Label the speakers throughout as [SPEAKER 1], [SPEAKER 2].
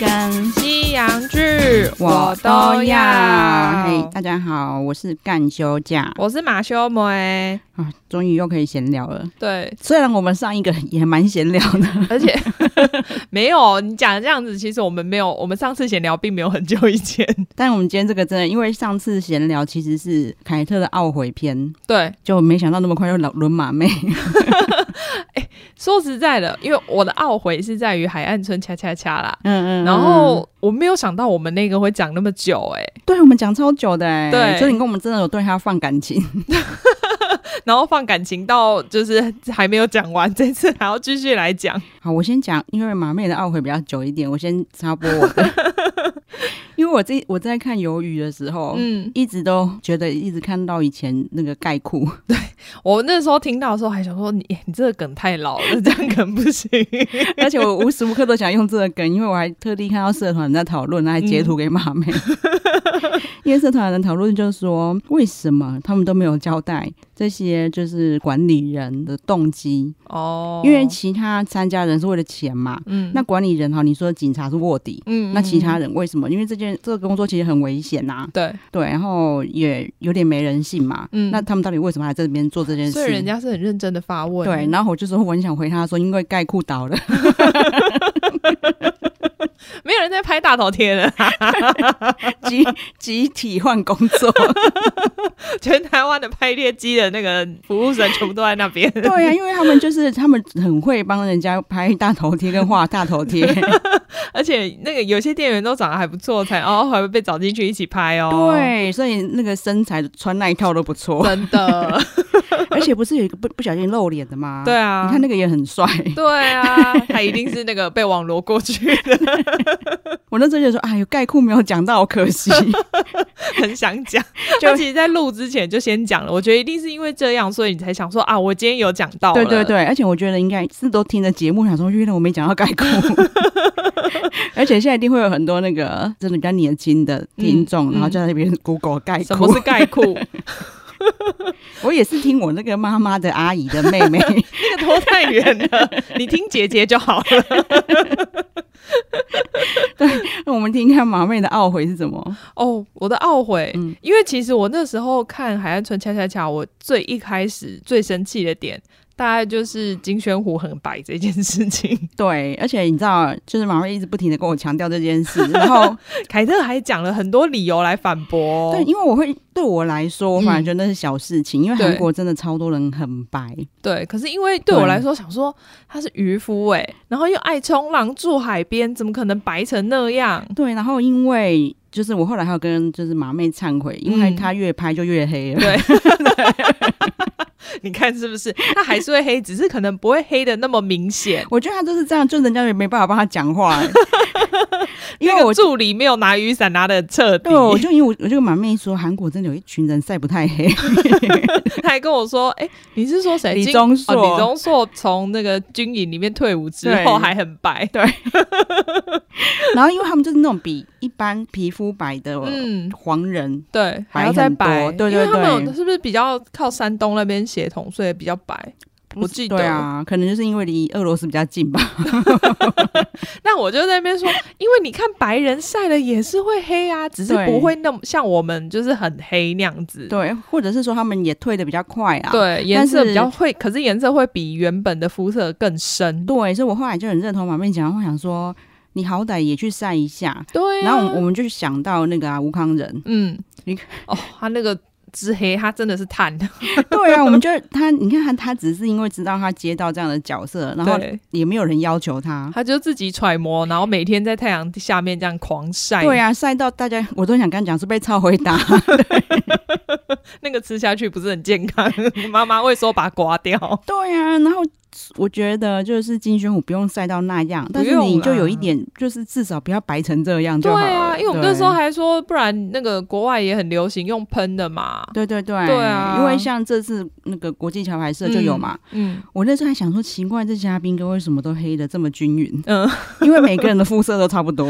[SPEAKER 1] 干，
[SPEAKER 2] 西洋剧
[SPEAKER 1] 嘿，大家好，我是干休假
[SPEAKER 2] 我是马修梅，
[SPEAKER 1] 啊，终于又可以闲聊了。，
[SPEAKER 2] 对
[SPEAKER 1] 虽然我们上一个也蛮闲聊的，
[SPEAKER 2] 而且 没有你讲的这样子，其实我们没有，我们上次闲聊并没有很久 以前。
[SPEAKER 1] 但我们今天这个真的，因为上次闲聊其实是凯特的懊悔篇，
[SPEAKER 2] 对，
[SPEAKER 1] 就没想到那么快就老轮马妹。
[SPEAKER 2] 说实在的，因为我的懊悔是在于海岸村恰恰恰啦。
[SPEAKER 1] 嗯嗯
[SPEAKER 2] 然后我没有想到我们那个会讲那么久、哎，
[SPEAKER 1] 对我们讲超久的、欸，
[SPEAKER 2] 对
[SPEAKER 1] 所以你跟我们真的有对她放感情。
[SPEAKER 2] 然后放感情到就是还没有讲完，这次还要继续来讲。
[SPEAKER 1] 好，我先讲，因为马妹的懊悔比较久一点，我先插播我的， 因为我这我在看鱿鱼的时候，
[SPEAKER 2] 嗯，
[SPEAKER 1] 一直都觉得一直看到以前那个概括，
[SPEAKER 2] 我那时候听到的时候还想说你哎你这个梗太老了，这样梗不 行。
[SPEAKER 1] 而且我无时无刻都想用这个梗，因为我还特地看到社团在讨论，还截图给马 妹。因为社团的讨论就是说，为什么他们都没有交代这些就是管理人的动机？
[SPEAKER 2] 哦，
[SPEAKER 1] 因为其他参加人是为了钱嘛。
[SPEAKER 2] 嗯
[SPEAKER 1] 那管理人哈，你说警察是卧底，
[SPEAKER 2] 嗯
[SPEAKER 1] 那其他人为什么？因为这件这个工作其实很危险呐、
[SPEAKER 2] 对，
[SPEAKER 1] 对，然后也有点没人性嘛。
[SPEAKER 2] 嗯
[SPEAKER 1] 那他们到底为什么还在这边做这件事？
[SPEAKER 2] 所以人家是很认真的发问，
[SPEAKER 1] 对，然后我就说我很想回他说，因为盖库倒 了。
[SPEAKER 2] 没有人在拍大头贴的，
[SPEAKER 1] 集集体换工作。
[SPEAKER 2] 全台湾的拍贴机的那个服务生全部都在那边。
[SPEAKER 1] 对呀、因为他们就是他们很会帮人家拍大头贴跟画大头贴。
[SPEAKER 2] 而且那个有些店员都长得还不错，才哦还会被找进去一起拍 哦。。
[SPEAKER 1] 对，所以那个身材穿那一套都不错，
[SPEAKER 2] 真的，
[SPEAKER 1] 而且不是有一个不不小心露脸的吗？
[SPEAKER 2] 对。啊，
[SPEAKER 1] 你看那个也很 帅，
[SPEAKER 2] 对啊，他一定是那个被网罗过去的，
[SPEAKER 1] 我那时候就说：“哎呦，盖库没有讲到，可惜。
[SPEAKER 2] 很想讲。
[SPEAKER 1] 就
[SPEAKER 2] 他其实，在录之前就先讲了，我觉得一定是因为这样，所以你才想说啊，我今天有讲”到。
[SPEAKER 1] 对对，对，而且我觉得应该是都听着节目，想说原来我没讲到盖库。 而且现在一定会有很多那个真的比较年轻的听众，
[SPEAKER 2] 嗯
[SPEAKER 1] 然后就在那边 Google 盖库。
[SPEAKER 2] 什么是 概括？
[SPEAKER 1] 我也是听我那个妈妈的阿姨的 妹妹，
[SPEAKER 2] 这个拖太远了，你听姐姐就好了。
[SPEAKER 1] 那我们听看马妹的懊悔是什么？
[SPEAKER 2] 哦，我的懊悔，
[SPEAKER 1] 嗯
[SPEAKER 2] 因为其实我那时候看《海岸村恰恰恰》，我最一开始最生气的点，大概就是金宣虎很白这件事情。
[SPEAKER 1] 对，而且你知道，就是马妹一直不停的跟我强调这件 事，然后
[SPEAKER 2] 凯特还讲了很多理由来反驳哦。
[SPEAKER 1] 对，因为我会对我来说，我反而
[SPEAKER 2] 嗯
[SPEAKER 1] 觉得那是小事情，因为
[SPEAKER 2] 对
[SPEAKER 1] 韩国真的超多人很白，
[SPEAKER 2] 对，可是因为对我来说，想说他是渔夫哎、然后又爱冲浪，住海边，怎么可能白成那样？
[SPEAKER 1] 对，然后因为就是我后来还有跟就是马妹忏悔，因为
[SPEAKER 2] 嗯
[SPEAKER 1] 她越拍就越黑了。
[SPEAKER 2] 对， 你看是不是？他还是会黑，只是可能不会黑的那么明显。
[SPEAKER 1] 我觉得她就是这样，就人家也没办法帮她讲话、 欸因
[SPEAKER 2] 那
[SPEAKER 1] 为我
[SPEAKER 2] 个助理没有拿雨伞拿的彻底，
[SPEAKER 1] 对，我就因为我我就跟马妹说，韩国真的有一群人晒不太黑，
[SPEAKER 2] 他还跟我说：“哎、你是说谁？
[SPEAKER 1] 李
[SPEAKER 2] 金
[SPEAKER 1] 钟硕
[SPEAKER 2] 哦李钟硕从那个军营里面退伍之
[SPEAKER 1] 对
[SPEAKER 2] 后还很白。对，
[SPEAKER 1] 然后因为他们就是那种比一般皮肤白的
[SPEAKER 2] 嗯，
[SPEAKER 1] 黄人，
[SPEAKER 2] 对，
[SPEAKER 1] 白
[SPEAKER 2] 还要再
[SPEAKER 1] 很多
[SPEAKER 2] 白，
[SPEAKER 1] 对对
[SPEAKER 2] 因为他们
[SPEAKER 1] 对
[SPEAKER 2] 有是不是比较靠山东那边血统，所以比较白。我记得
[SPEAKER 1] 对啊，可能就是因为离俄罗斯比较近吧。
[SPEAKER 2] 那我就在那边说， 因为你看白人晒了也是会黑啊，只是
[SPEAKER 1] 对
[SPEAKER 2] 不会那么像我们就是很黑那样子。
[SPEAKER 1] 对，或者是说他们也退的比较快啊。
[SPEAKER 2] 对，颜色
[SPEAKER 1] 是
[SPEAKER 2] 比较会，可是颜色会比原本的肤色更深。
[SPEAKER 1] 对，所以我后来就很认同马妹讲的话，我想说你好歹也去晒一下。
[SPEAKER 2] 对啊、，
[SPEAKER 1] 然后我们就想到那个啊，吴康仁
[SPEAKER 2] 嗯
[SPEAKER 1] 你，
[SPEAKER 2] 哦，他那个之黑，他真的是炭。
[SPEAKER 1] 对啊，我们就他，你看他，他只是因为知道他接到这样的角色，然后
[SPEAKER 2] 对
[SPEAKER 1] 也没有人要求他，
[SPEAKER 2] 他就自己揣摩，然后每天在太阳下面这样狂晒。
[SPEAKER 1] 对啊，晒到大家，我都想跟他讲是被超回答，
[SPEAKER 2] 那个吃下去不是很健康，妈妈会说把它刮掉。
[SPEAKER 1] 对啊，然后我觉得就是金宣虎不用晒到那样，但是
[SPEAKER 2] 用
[SPEAKER 1] 你就有一
[SPEAKER 2] 啦
[SPEAKER 1] 点，就是至少不要白成这 样就
[SPEAKER 2] 对
[SPEAKER 1] 好了。
[SPEAKER 2] 啊，因为我们那
[SPEAKER 1] 对
[SPEAKER 2] 时候还说，不然那个国外也很流行用喷的嘛。
[SPEAKER 1] 对对对，
[SPEAKER 2] 对啊
[SPEAKER 1] 因为像这次那个国际桥牌社就有嘛，
[SPEAKER 2] 嗯，
[SPEAKER 1] 我那时候还想说，奇怪，这嘉宾哥为什么都黑的这么均匀？
[SPEAKER 2] 嗯，
[SPEAKER 1] 因为每个人的肤色都差不多。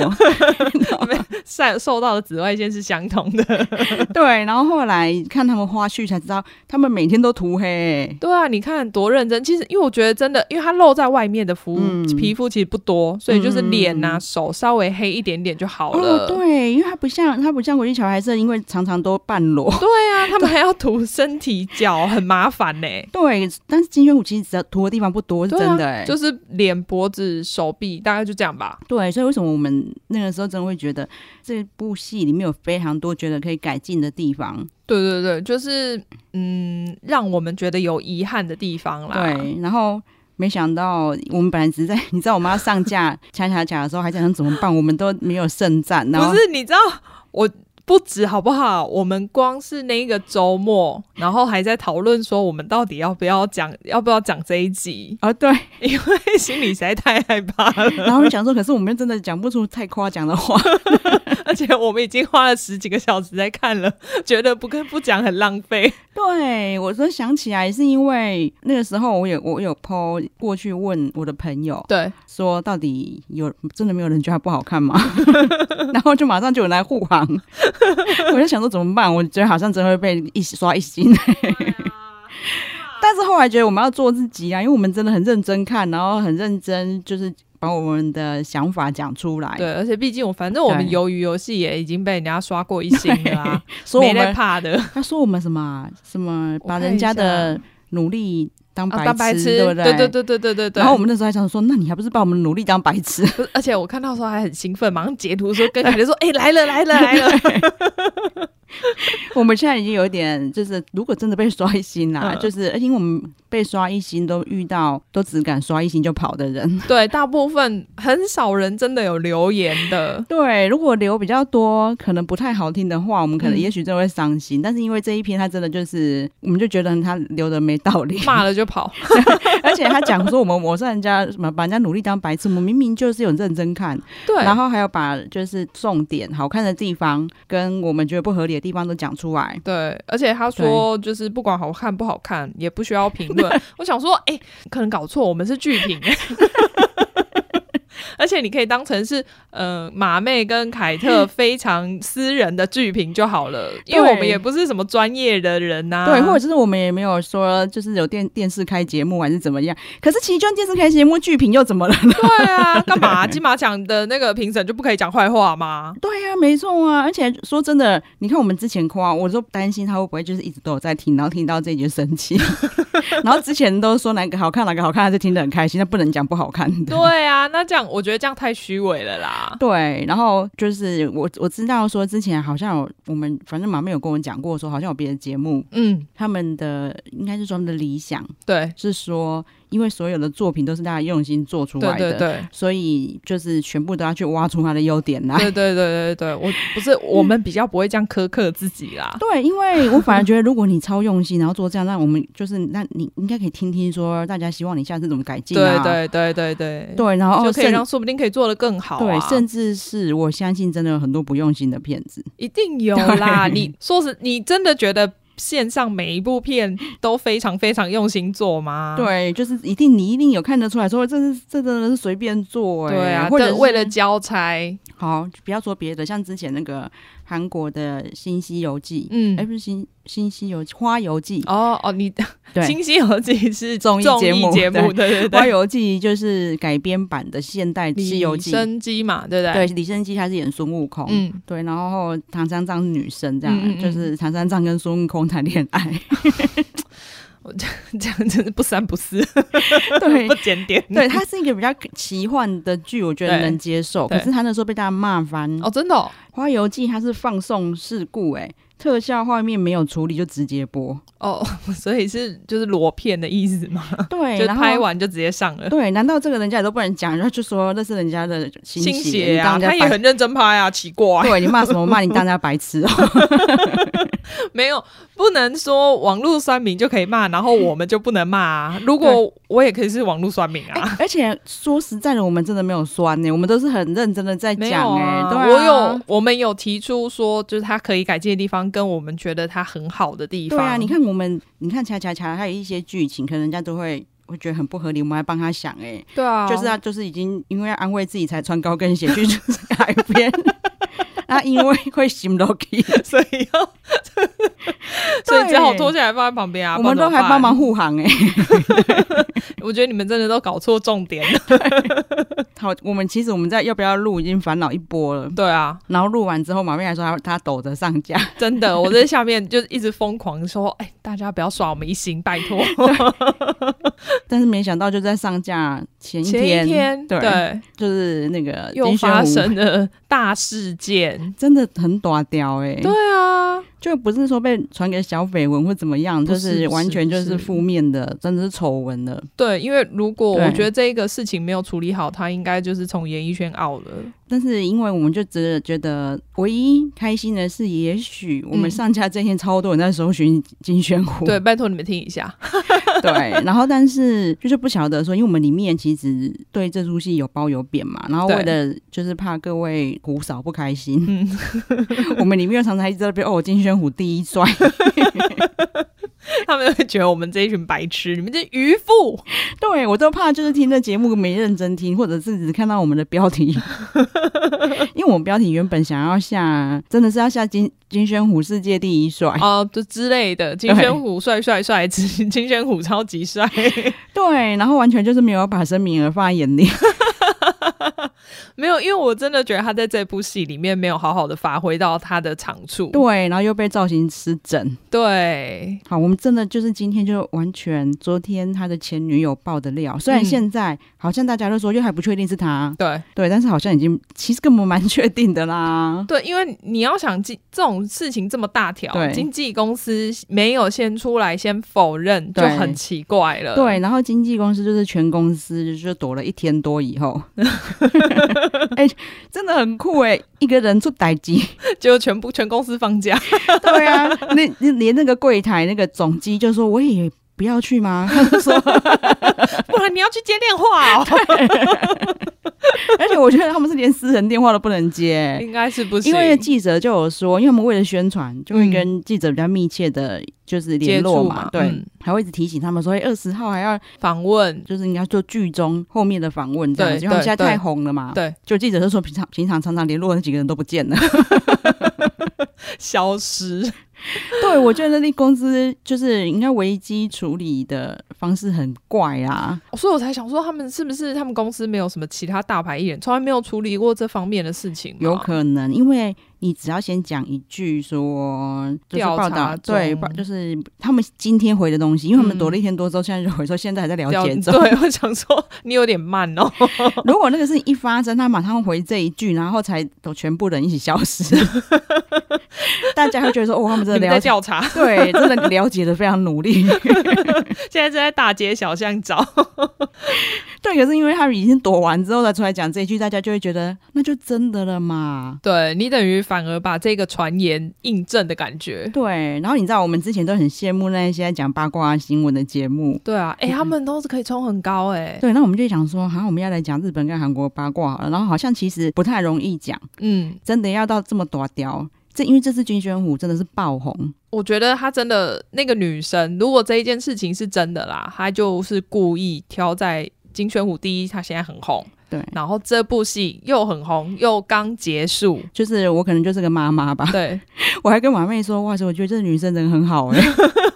[SPEAKER 2] 晒受到的紫外线是相同的。
[SPEAKER 1] 对，然后后来看他们花絮才知道，他们每天都涂黑、
[SPEAKER 2] 对啊，你看多认真。其实因为我觉得得真的，因为它露在外面的服务、
[SPEAKER 1] 嗯
[SPEAKER 2] 皮肤其实不多，所以就是脸呐、
[SPEAKER 1] 嗯嗯嗯
[SPEAKER 2] 手稍微黑一点点就好
[SPEAKER 1] 哦，
[SPEAKER 2] 了。
[SPEAKER 1] 对，因为它不像它不像国际桥牌社，因为常常都半裸。
[SPEAKER 2] 对啊，他们还要涂身体脚，很麻烦呢、
[SPEAKER 1] 对，但是金宣虎其实只要涂的地方不多，是
[SPEAKER 2] 对
[SPEAKER 1] 真的、欸
[SPEAKER 2] 啊，就是脸、脖子、手臂，大概就这样吧。
[SPEAKER 1] 对，所以为什么我们那个时候真的会觉得这部戏里面有非常多觉得可以改进的地方，
[SPEAKER 2] 对对对，就是嗯，让我们觉得有遗憾的地方啦。
[SPEAKER 1] 对，然后。没想到我们本来只是在， 你知道我们要上架恰恰恰的时候还想说怎么办，我们都没有圣战，然后
[SPEAKER 2] 不是，你知道我不止好不好？我们光是那一个周末，然后还在讨论说我们到底要不要讲，要不要讲这一集，
[SPEAKER 1] 啊对，
[SPEAKER 2] 因为心里实在太害怕了，
[SPEAKER 1] 然后就想说，可是我们真的讲不出太夸奖的话，
[SPEAKER 2] 而且我们已经花了十几个小时在看了，觉得不跟不讲很浪费。
[SPEAKER 1] 对，我说想起来是因为那个时候我有我有 PO 过去问我的朋友
[SPEAKER 2] 对，
[SPEAKER 1] 说，到底有真的没有人觉得它不好看吗？ 然后就马上就有人来护 航，我就想说怎么办？我觉得好像真的会被一起刷一星。
[SPEAKER 2] 哎
[SPEAKER 1] 但是后来觉得我们要做自己啊，因为我们真的很认真看，然后很认真，就是把我们的想法讲出来。，
[SPEAKER 2] 对，而且毕竟我反正我们
[SPEAKER 1] 对
[SPEAKER 2] 鱿鱼游戏也已经被人家刷过一星了、啊，
[SPEAKER 1] 所以我
[SPEAKER 2] 没在
[SPEAKER 1] 们
[SPEAKER 2] 怕的。
[SPEAKER 1] 他说我们什么啊什么
[SPEAKER 2] 我
[SPEAKER 1] 把
[SPEAKER 2] 看
[SPEAKER 1] 人
[SPEAKER 2] 一
[SPEAKER 1] 家的
[SPEAKER 2] 下
[SPEAKER 1] 努力当白
[SPEAKER 2] 啊
[SPEAKER 1] 痴，
[SPEAKER 2] 当白痴，
[SPEAKER 1] 对不
[SPEAKER 2] 对对对对对对对。
[SPEAKER 1] 然后我们那时候还想说，那你还不是把我们努力当白痴？
[SPEAKER 2] 不是，而且我看到的时候还很兴奋，马上截图说跟凯就 说：“哎、来了来了来 了。
[SPEAKER 1] 我们现在已经有一点，就是如果真的被刷一星啦、啊
[SPEAKER 2] 嗯
[SPEAKER 1] 就是呃因为我们被刷一星都遇到都只敢刷一星就跑的 人。
[SPEAKER 2] 对，大部分很少人真的有留言的。
[SPEAKER 1] 对，如果留比较多，可能不太好听的话，我们可能
[SPEAKER 2] 嗯
[SPEAKER 1] 也许真的会伤心。但是因为这一篇他真的就是，我们就觉得他留的没道理，
[SPEAKER 2] 骂了就跑，
[SPEAKER 1] 而且他讲说我们抹杀人家什么，把人家努力当白痴，我们明明就是有认真看，
[SPEAKER 2] 对，
[SPEAKER 1] 然后还有把就是重点、好看的地方跟我们觉得不合理的地方都讲出来。
[SPEAKER 2] 对，而且他说就是不管好看不好看，也不需要评论。我想说，哎、可能搞错，我们是剧评。 而且你可以当成是，呃，马妹跟凯特非常私人的剧评就好了，因为我们
[SPEAKER 1] 对
[SPEAKER 2] 也不是什么专业的人啊呐、
[SPEAKER 1] 对，或者就是我们也没有说，就是有电电视开节目还是怎么样。可是其实就算电视开节目剧评又怎么了呢？
[SPEAKER 2] 对啊，干嘛金马奖的那个评审就不可以讲坏话吗？
[SPEAKER 1] 对呀、没错啊。而且说真的，你看我们之前夸，我都担心他会不会就是一直都有在听，然后听到这一集就生气。 然后之前都说哪个好看哪个好看，他就听得很开心，那不能讲不好看的。
[SPEAKER 2] 对啊，那这样我觉得这样太虚伪了啦。
[SPEAKER 1] 对，然后就是我我知道说之前好像有我们反正马妹有跟我讲过说，好像有别的节目，
[SPEAKER 2] 嗯，
[SPEAKER 1] 他们的应该是说他们的理想
[SPEAKER 2] 对，
[SPEAKER 1] 是说，因为所有的作品都是大家用心做出
[SPEAKER 2] 对
[SPEAKER 1] 来的，
[SPEAKER 2] 对对。
[SPEAKER 1] 所以就是全部都要去挖出他的优点啦。
[SPEAKER 2] 对对对对对，我不是我们比较不会这样苛刻自己啦。
[SPEAKER 1] 对，因为我反而觉得，如果你超用心，然后做这样，那我们就是，那你应该可以听听说，大家希望你下次怎么改进
[SPEAKER 2] 对
[SPEAKER 1] 啊？
[SPEAKER 2] 对对对对，
[SPEAKER 1] 对，然后
[SPEAKER 2] 就可以
[SPEAKER 1] 甚
[SPEAKER 2] 让说不定可以做得更好、啊。
[SPEAKER 1] 对，甚至是我相信真的有很多不用心的骗子。
[SPEAKER 2] 一定有啦。
[SPEAKER 1] 对
[SPEAKER 2] 你说是，你真的觉得线上每一部片都非常非常用心做吗？。
[SPEAKER 1] 对，就是一定你一定有看得出来说，这是这真的是随便做、欸，
[SPEAKER 2] 对啊，
[SPEAKER 1] 或者
[SPEAKER 2] 这为
[SPEAKER 1] 是
[SPEAKER 2] 了交差，
[SPEAKER 1] 好，不要说别的，像之前那个韩国的《新西游记》，
[SPEAKER 2] 嗯
[SPEAKER 1] 哎、，不是新《新西游记》，《花游记》
[SPEAKER 2] 哦哦，你
[SPEAKER 1] 对
[SPEAKER 2] 《新西游记》是
[SPEAKER 1] 综艺节目
[SPEAKER 2] 节目对对
[SPEAKER 1] 《花
[SPEAKER 2] 对，
[SPEAKER 1] 游记》就是改编版的现代《西游记
[SPEAKER 2] 李》。生基嘛，对不
[SPEAKER 1] 对，
[SPEAKER 2] 对？
[SPEAKER 1] 李生基他是演孙悟空，
[SPEAKER 2] 嗯，
[SPEAKER 1] 对，然后唐三藏是女生，这样、
[SPEAKER 2] 嗯嗯嗯
[SPEAKER 1] 就是唐三藏跟孙悟空谈恋爱。
[SPEAKER 2] 这样真是不三不四，
[SPEAKER 1] 对
[SPEAKER 2] 不检点。
[SPEAKER 1] 对，它是一个比较奇幻的剧，我觉得
[SPEAKER 2] 对
[SPEAKER 1] 能接受。
[SPEAKER 2] 对
[SPEAKER 1] 可是他那时候被大家骂翻，
[SPEAKER 2] 哦，真的哦，
[SPEAKER 1] 花游记》它是放送事故、哎，特效画面没有处理就直接播，
[SPEAKER 2] 哦， 所以是就是裸片的意思嘛，
[SPEAKER 1] 对，
[SPEAKER 2] 啊就
[SPEAKER 1] 然后
[SPEAKER 2] 拍完就直接上了。
[SPEAKER 1] 对，难道这个人家也都不能讲？然后就说那是人家的心
[SPEAKER 2] 新
[SPEAKER 1] 血，
[SPEAKER 2] 血
[SPEAKER 1] 你
[SPEAKER 2] 啊，
[SPEAKER 1] 当人
[SPEAKER 2] 他
[SPEAKER 1] 家
[SPEAKER 2] 也
[SPEAKER 1] 白
[SPEAKER 2] 很认真拍啊， 奇怪，
[SPEAKER 1] 对你骂什么骂？你当人家白痴哦、
[SPEAKER 2] 没有不能说网络酸民就可以骂，然后我们就不能骂啊。如果我也可以是网络酸民啊，
[SPEAKER 1] 而且说实在的，我们真的没有酸欸呢、我们都是很认真的在
[SPEAKER 2] 没有
[SPEAKER 1] 讲哎、
[SPEAKER 2] 啊，
[SPEAKER 1] 对啊
[SPEAKER 2] 我有我们有提出说，就是他可以改进的地方，跟我们觉得他很好的地
[SPEAKER 1] 对
[SPEAKER 2] 方。
[SPEAKER 1] 啊，你看我们，你看恰恰恰，还有一些剧情，可能人家都会。会觉得很不合理，我们还帮他想哎、
[SPEAKER 2] 对啊，
[SPEAKER 1] 就是他就是已经因为要安慰自己才穿高跟鞋去海边， 啊，因为会心 l o k
[SPEAKER 2] 所以要， 所以只好脱下来放在旁边啊。
[SPEAKER 1] 欸我们都还帮忙护航哎、
[SPEAKER 2] 我觉得你们真的都搞错重点了。
[SPEAKER 1] 好，我们其实我们在要不要录已经烦恼一波了。
[SPEAKER 2] 对啊，
[SPEAKER 1] 然后录完之后，马妹还说她她抖着上架，
[SPEAKER 2] 真的，我在下面就一直疯狂说，哎、大家不要耍我们一星，拜 托。
[SPEAKER 1] 但是没想到就在上架前一
[SPEAKER 2] 前
[SPEAKER 1] 天，
[SPEAKER 2] 一天，
[SPEAKER 1] 对
[SPEAKER 2] 对，
[SPEAKER 1] 就是那个
[SPEAKER 2] 又
[SPEAKER 1] 金宣
[SPEAKER 2] 发
[SPEAKER 1] 武
[SPEAKER 2] 生了大事件。
[SPEAKER 1] 真的很短屌哎、
[SPEAKER 2] 对啊，
[SPEAKER 1] 就不是说被传给小绯闻或怎么样，
[SPEAKER 2] 不
[SPEAKER 1] 就是是完全就是是
[SPEAKER 2] 是
[SPEAKER 1] 负面的，真的是丑闻了。
[SPEAKER 2] 对，因为如果
[SPEAKER 1] 对
[SPEAKER 2] 我觉得这个事情没有处理好，他应该就是从演艺圈 out 了。
[SPEAKER 1] 但是因为我们就只觉得唯一开心的是，也许我们
[SPEAKER 2] 嗯
[SPEAKER 1] 上架这天超多人在搜寻金宣虎，
[SPEAKER 2] 对，拜托你们听一下。
[SPEAKER 1] 对，然后但是就是不晓得说，因为我们里面其实对这出戏有褒有贬嘛，然后
[SPEAKER 2] 对
[SPEAKER 1] 为了就是怕各位虎嫂不开心，
[SPEAKER 2] 嗯
[SPEAKER 1] 我们里面常常一直在那边哦，金宣虎第一帅，
[SPEAKER 2] 他们会觉得我们这一群白痴，你们这渔夫。
[SPEAKER 1] 对我都怕就是听这节目没认真听，或者是只看到我们的标题，因为我们标题原本想要下，真的是要下金金宣虎世界第一帅，
[SPEAKER 2] 哦，就之类的。金宣虎帅帅帅，金金宣虎超级帅。
[SPEAKER 1] 对，然后完全就是没有把申敏儿放在眼里，
[SPEAKER 2] 没有，因为我真的觉得他在这部戏里面没有好好的发挥到他的长处。
[SPEAKER 1] 对，然后又被造型师整。
[SPEAKER 2] 对
[SPEAKER 1] 好，我们真的就是今天就完全昨天他的前女友爆的料，虽然
[SPEAKER 2] 嗯
[SPEAKER 1] 现在好像大家都说又还不确定是他，
[SPEAKER 2] 对
[SPEAKER 1] 对，但是好像已经其实根本蛮确定的啦。
[SPEAKER 2] 对，因为你要想经这种事情这么大条，
[SPEAKER 1] 对
[SPEAKER 2] 经纪公司没有先出来先否认，就
[SPEAKER 1] 对
[SPEAKER 2] 很奇怪了。
[SPEAKER 1] 对，然后经纪公司就是全公司就躲了一天多以 后，哎、真的很酷哎、一个人做代机，
[SPEAKER 2] 就全部全公司放假，
[SPEAKER 1] 对啊，那那连那个柜台那个总机就说我也不要去吗？ 他就说，
[SPEAKER 2] 不然你要去接电话哦，
[SPEAKER 1] 而且我觉得他们是连私人电话都不能接，
[SPEAKER 2] 应该是不行，嗯
[SPEAKER 1] 因为记者就有说，因为我们为了宣传，就会跟记者比较密切的，就是联络
[SPEAKER 2] 接
[SPEAKER 1] 嘛，
[SPEAKER 2] 触嘛
[SPEAKER 1] 对，
[SPEAKER 2] 嗯
[SPEAKER 1] 还会一直提醒他们说，哎二十号还要
[SPEAKER 2] 访问
[SPEAKER 1] 就是应该做剧中后面的访问这样
[SPEAKER 2] 对
[SPEAKER 1] 子，因为他们
[SPEAKER 2] 对
[SPEAKER 1] 现在太
[SPEAKER 2] 对
[SPEAKER 1] 红了嘛，
[SPEAKER 2] 对
[SPEAKER 1] 就记者就说平常平常常常联络的那几个人都不见了，
[SPEAKER 2] 消失，
[SPEAKER 1] 对我觉得那公司就是应该危机处理的方式很怪啊，
[SPEAKER 2] 所以我才想说，他们是不是他们公司没有什么其他大牌艺人，从来没有处理过这方面的事情吗？
[SPEAKER 1] 有可能，因为你只要先讲一句说，就是
[SPEAKER 2] 调查
[SPEAKER 1] 报道
[SPEAKER 2] 中
[SPEAKER 1] 对，报就是他们今天回的东西，因为他们躲了一天多之后，现在就回说现在还在聊
[SPEAKER 2] 了
[SPEAKER 1] 节奏。
[SPEAKER 2] 对，我想说你有点慢哦，
[SPEAKER 1] 如果那个事情一发生，他马上回这一句，然后才都全部人一起消 失，大家会觉得说，哦，他们真
[SPEAKER 2] 你
[SPEAKER 1] 的
[SPEAKER 2] 们在
[SPEAKER 1] 了解，
[SPEAKER 2] 调查，
[SPEAKER 1] 对，真的了解的非常努力。
[SPEAKER 2] 现在正在大街小巷找，
[SPEAKER 1] 对，可是因为他们已经躲完之后才出来讲这一句，大家就会觉得那就真的了嘛。
[SPEAKER 2] 对你等于反而把这个传言印证的感觉。
[SPEAKER 1] 对，然后你知道我们之前都很羡慕那一些讲八卦新闻的节目，
[SPEAKER 2] 对啊，哎、他们都是可以冲很高哎、
[SPEAKER 1] 对，那我们就想说，好、像我们要来讲日本跟韩国八卦好了。然后好像其实不太容易讲，
[SPEAKER 2] 嗯，
[SPEAKER 1] 真的要到这么多雕。这因为这次金宣虎真的是爆红，
[SPEAKER 2] 我觉得她真的那个女生，如果这一件事情是真的啦，她就是故意挑在金宣虎第一，她现在很红，
[SPEAKER 1] 对
[SPEAKER 2] 然后这部戏又很红，又刚结束，
[SPEAKER 1] 就是我可能就是个妈妈 吧。
[SPEAKER 2] 对
[SPEAKER 1] 我还跟马妹说，哇塞，我觉得这女生人很好哎、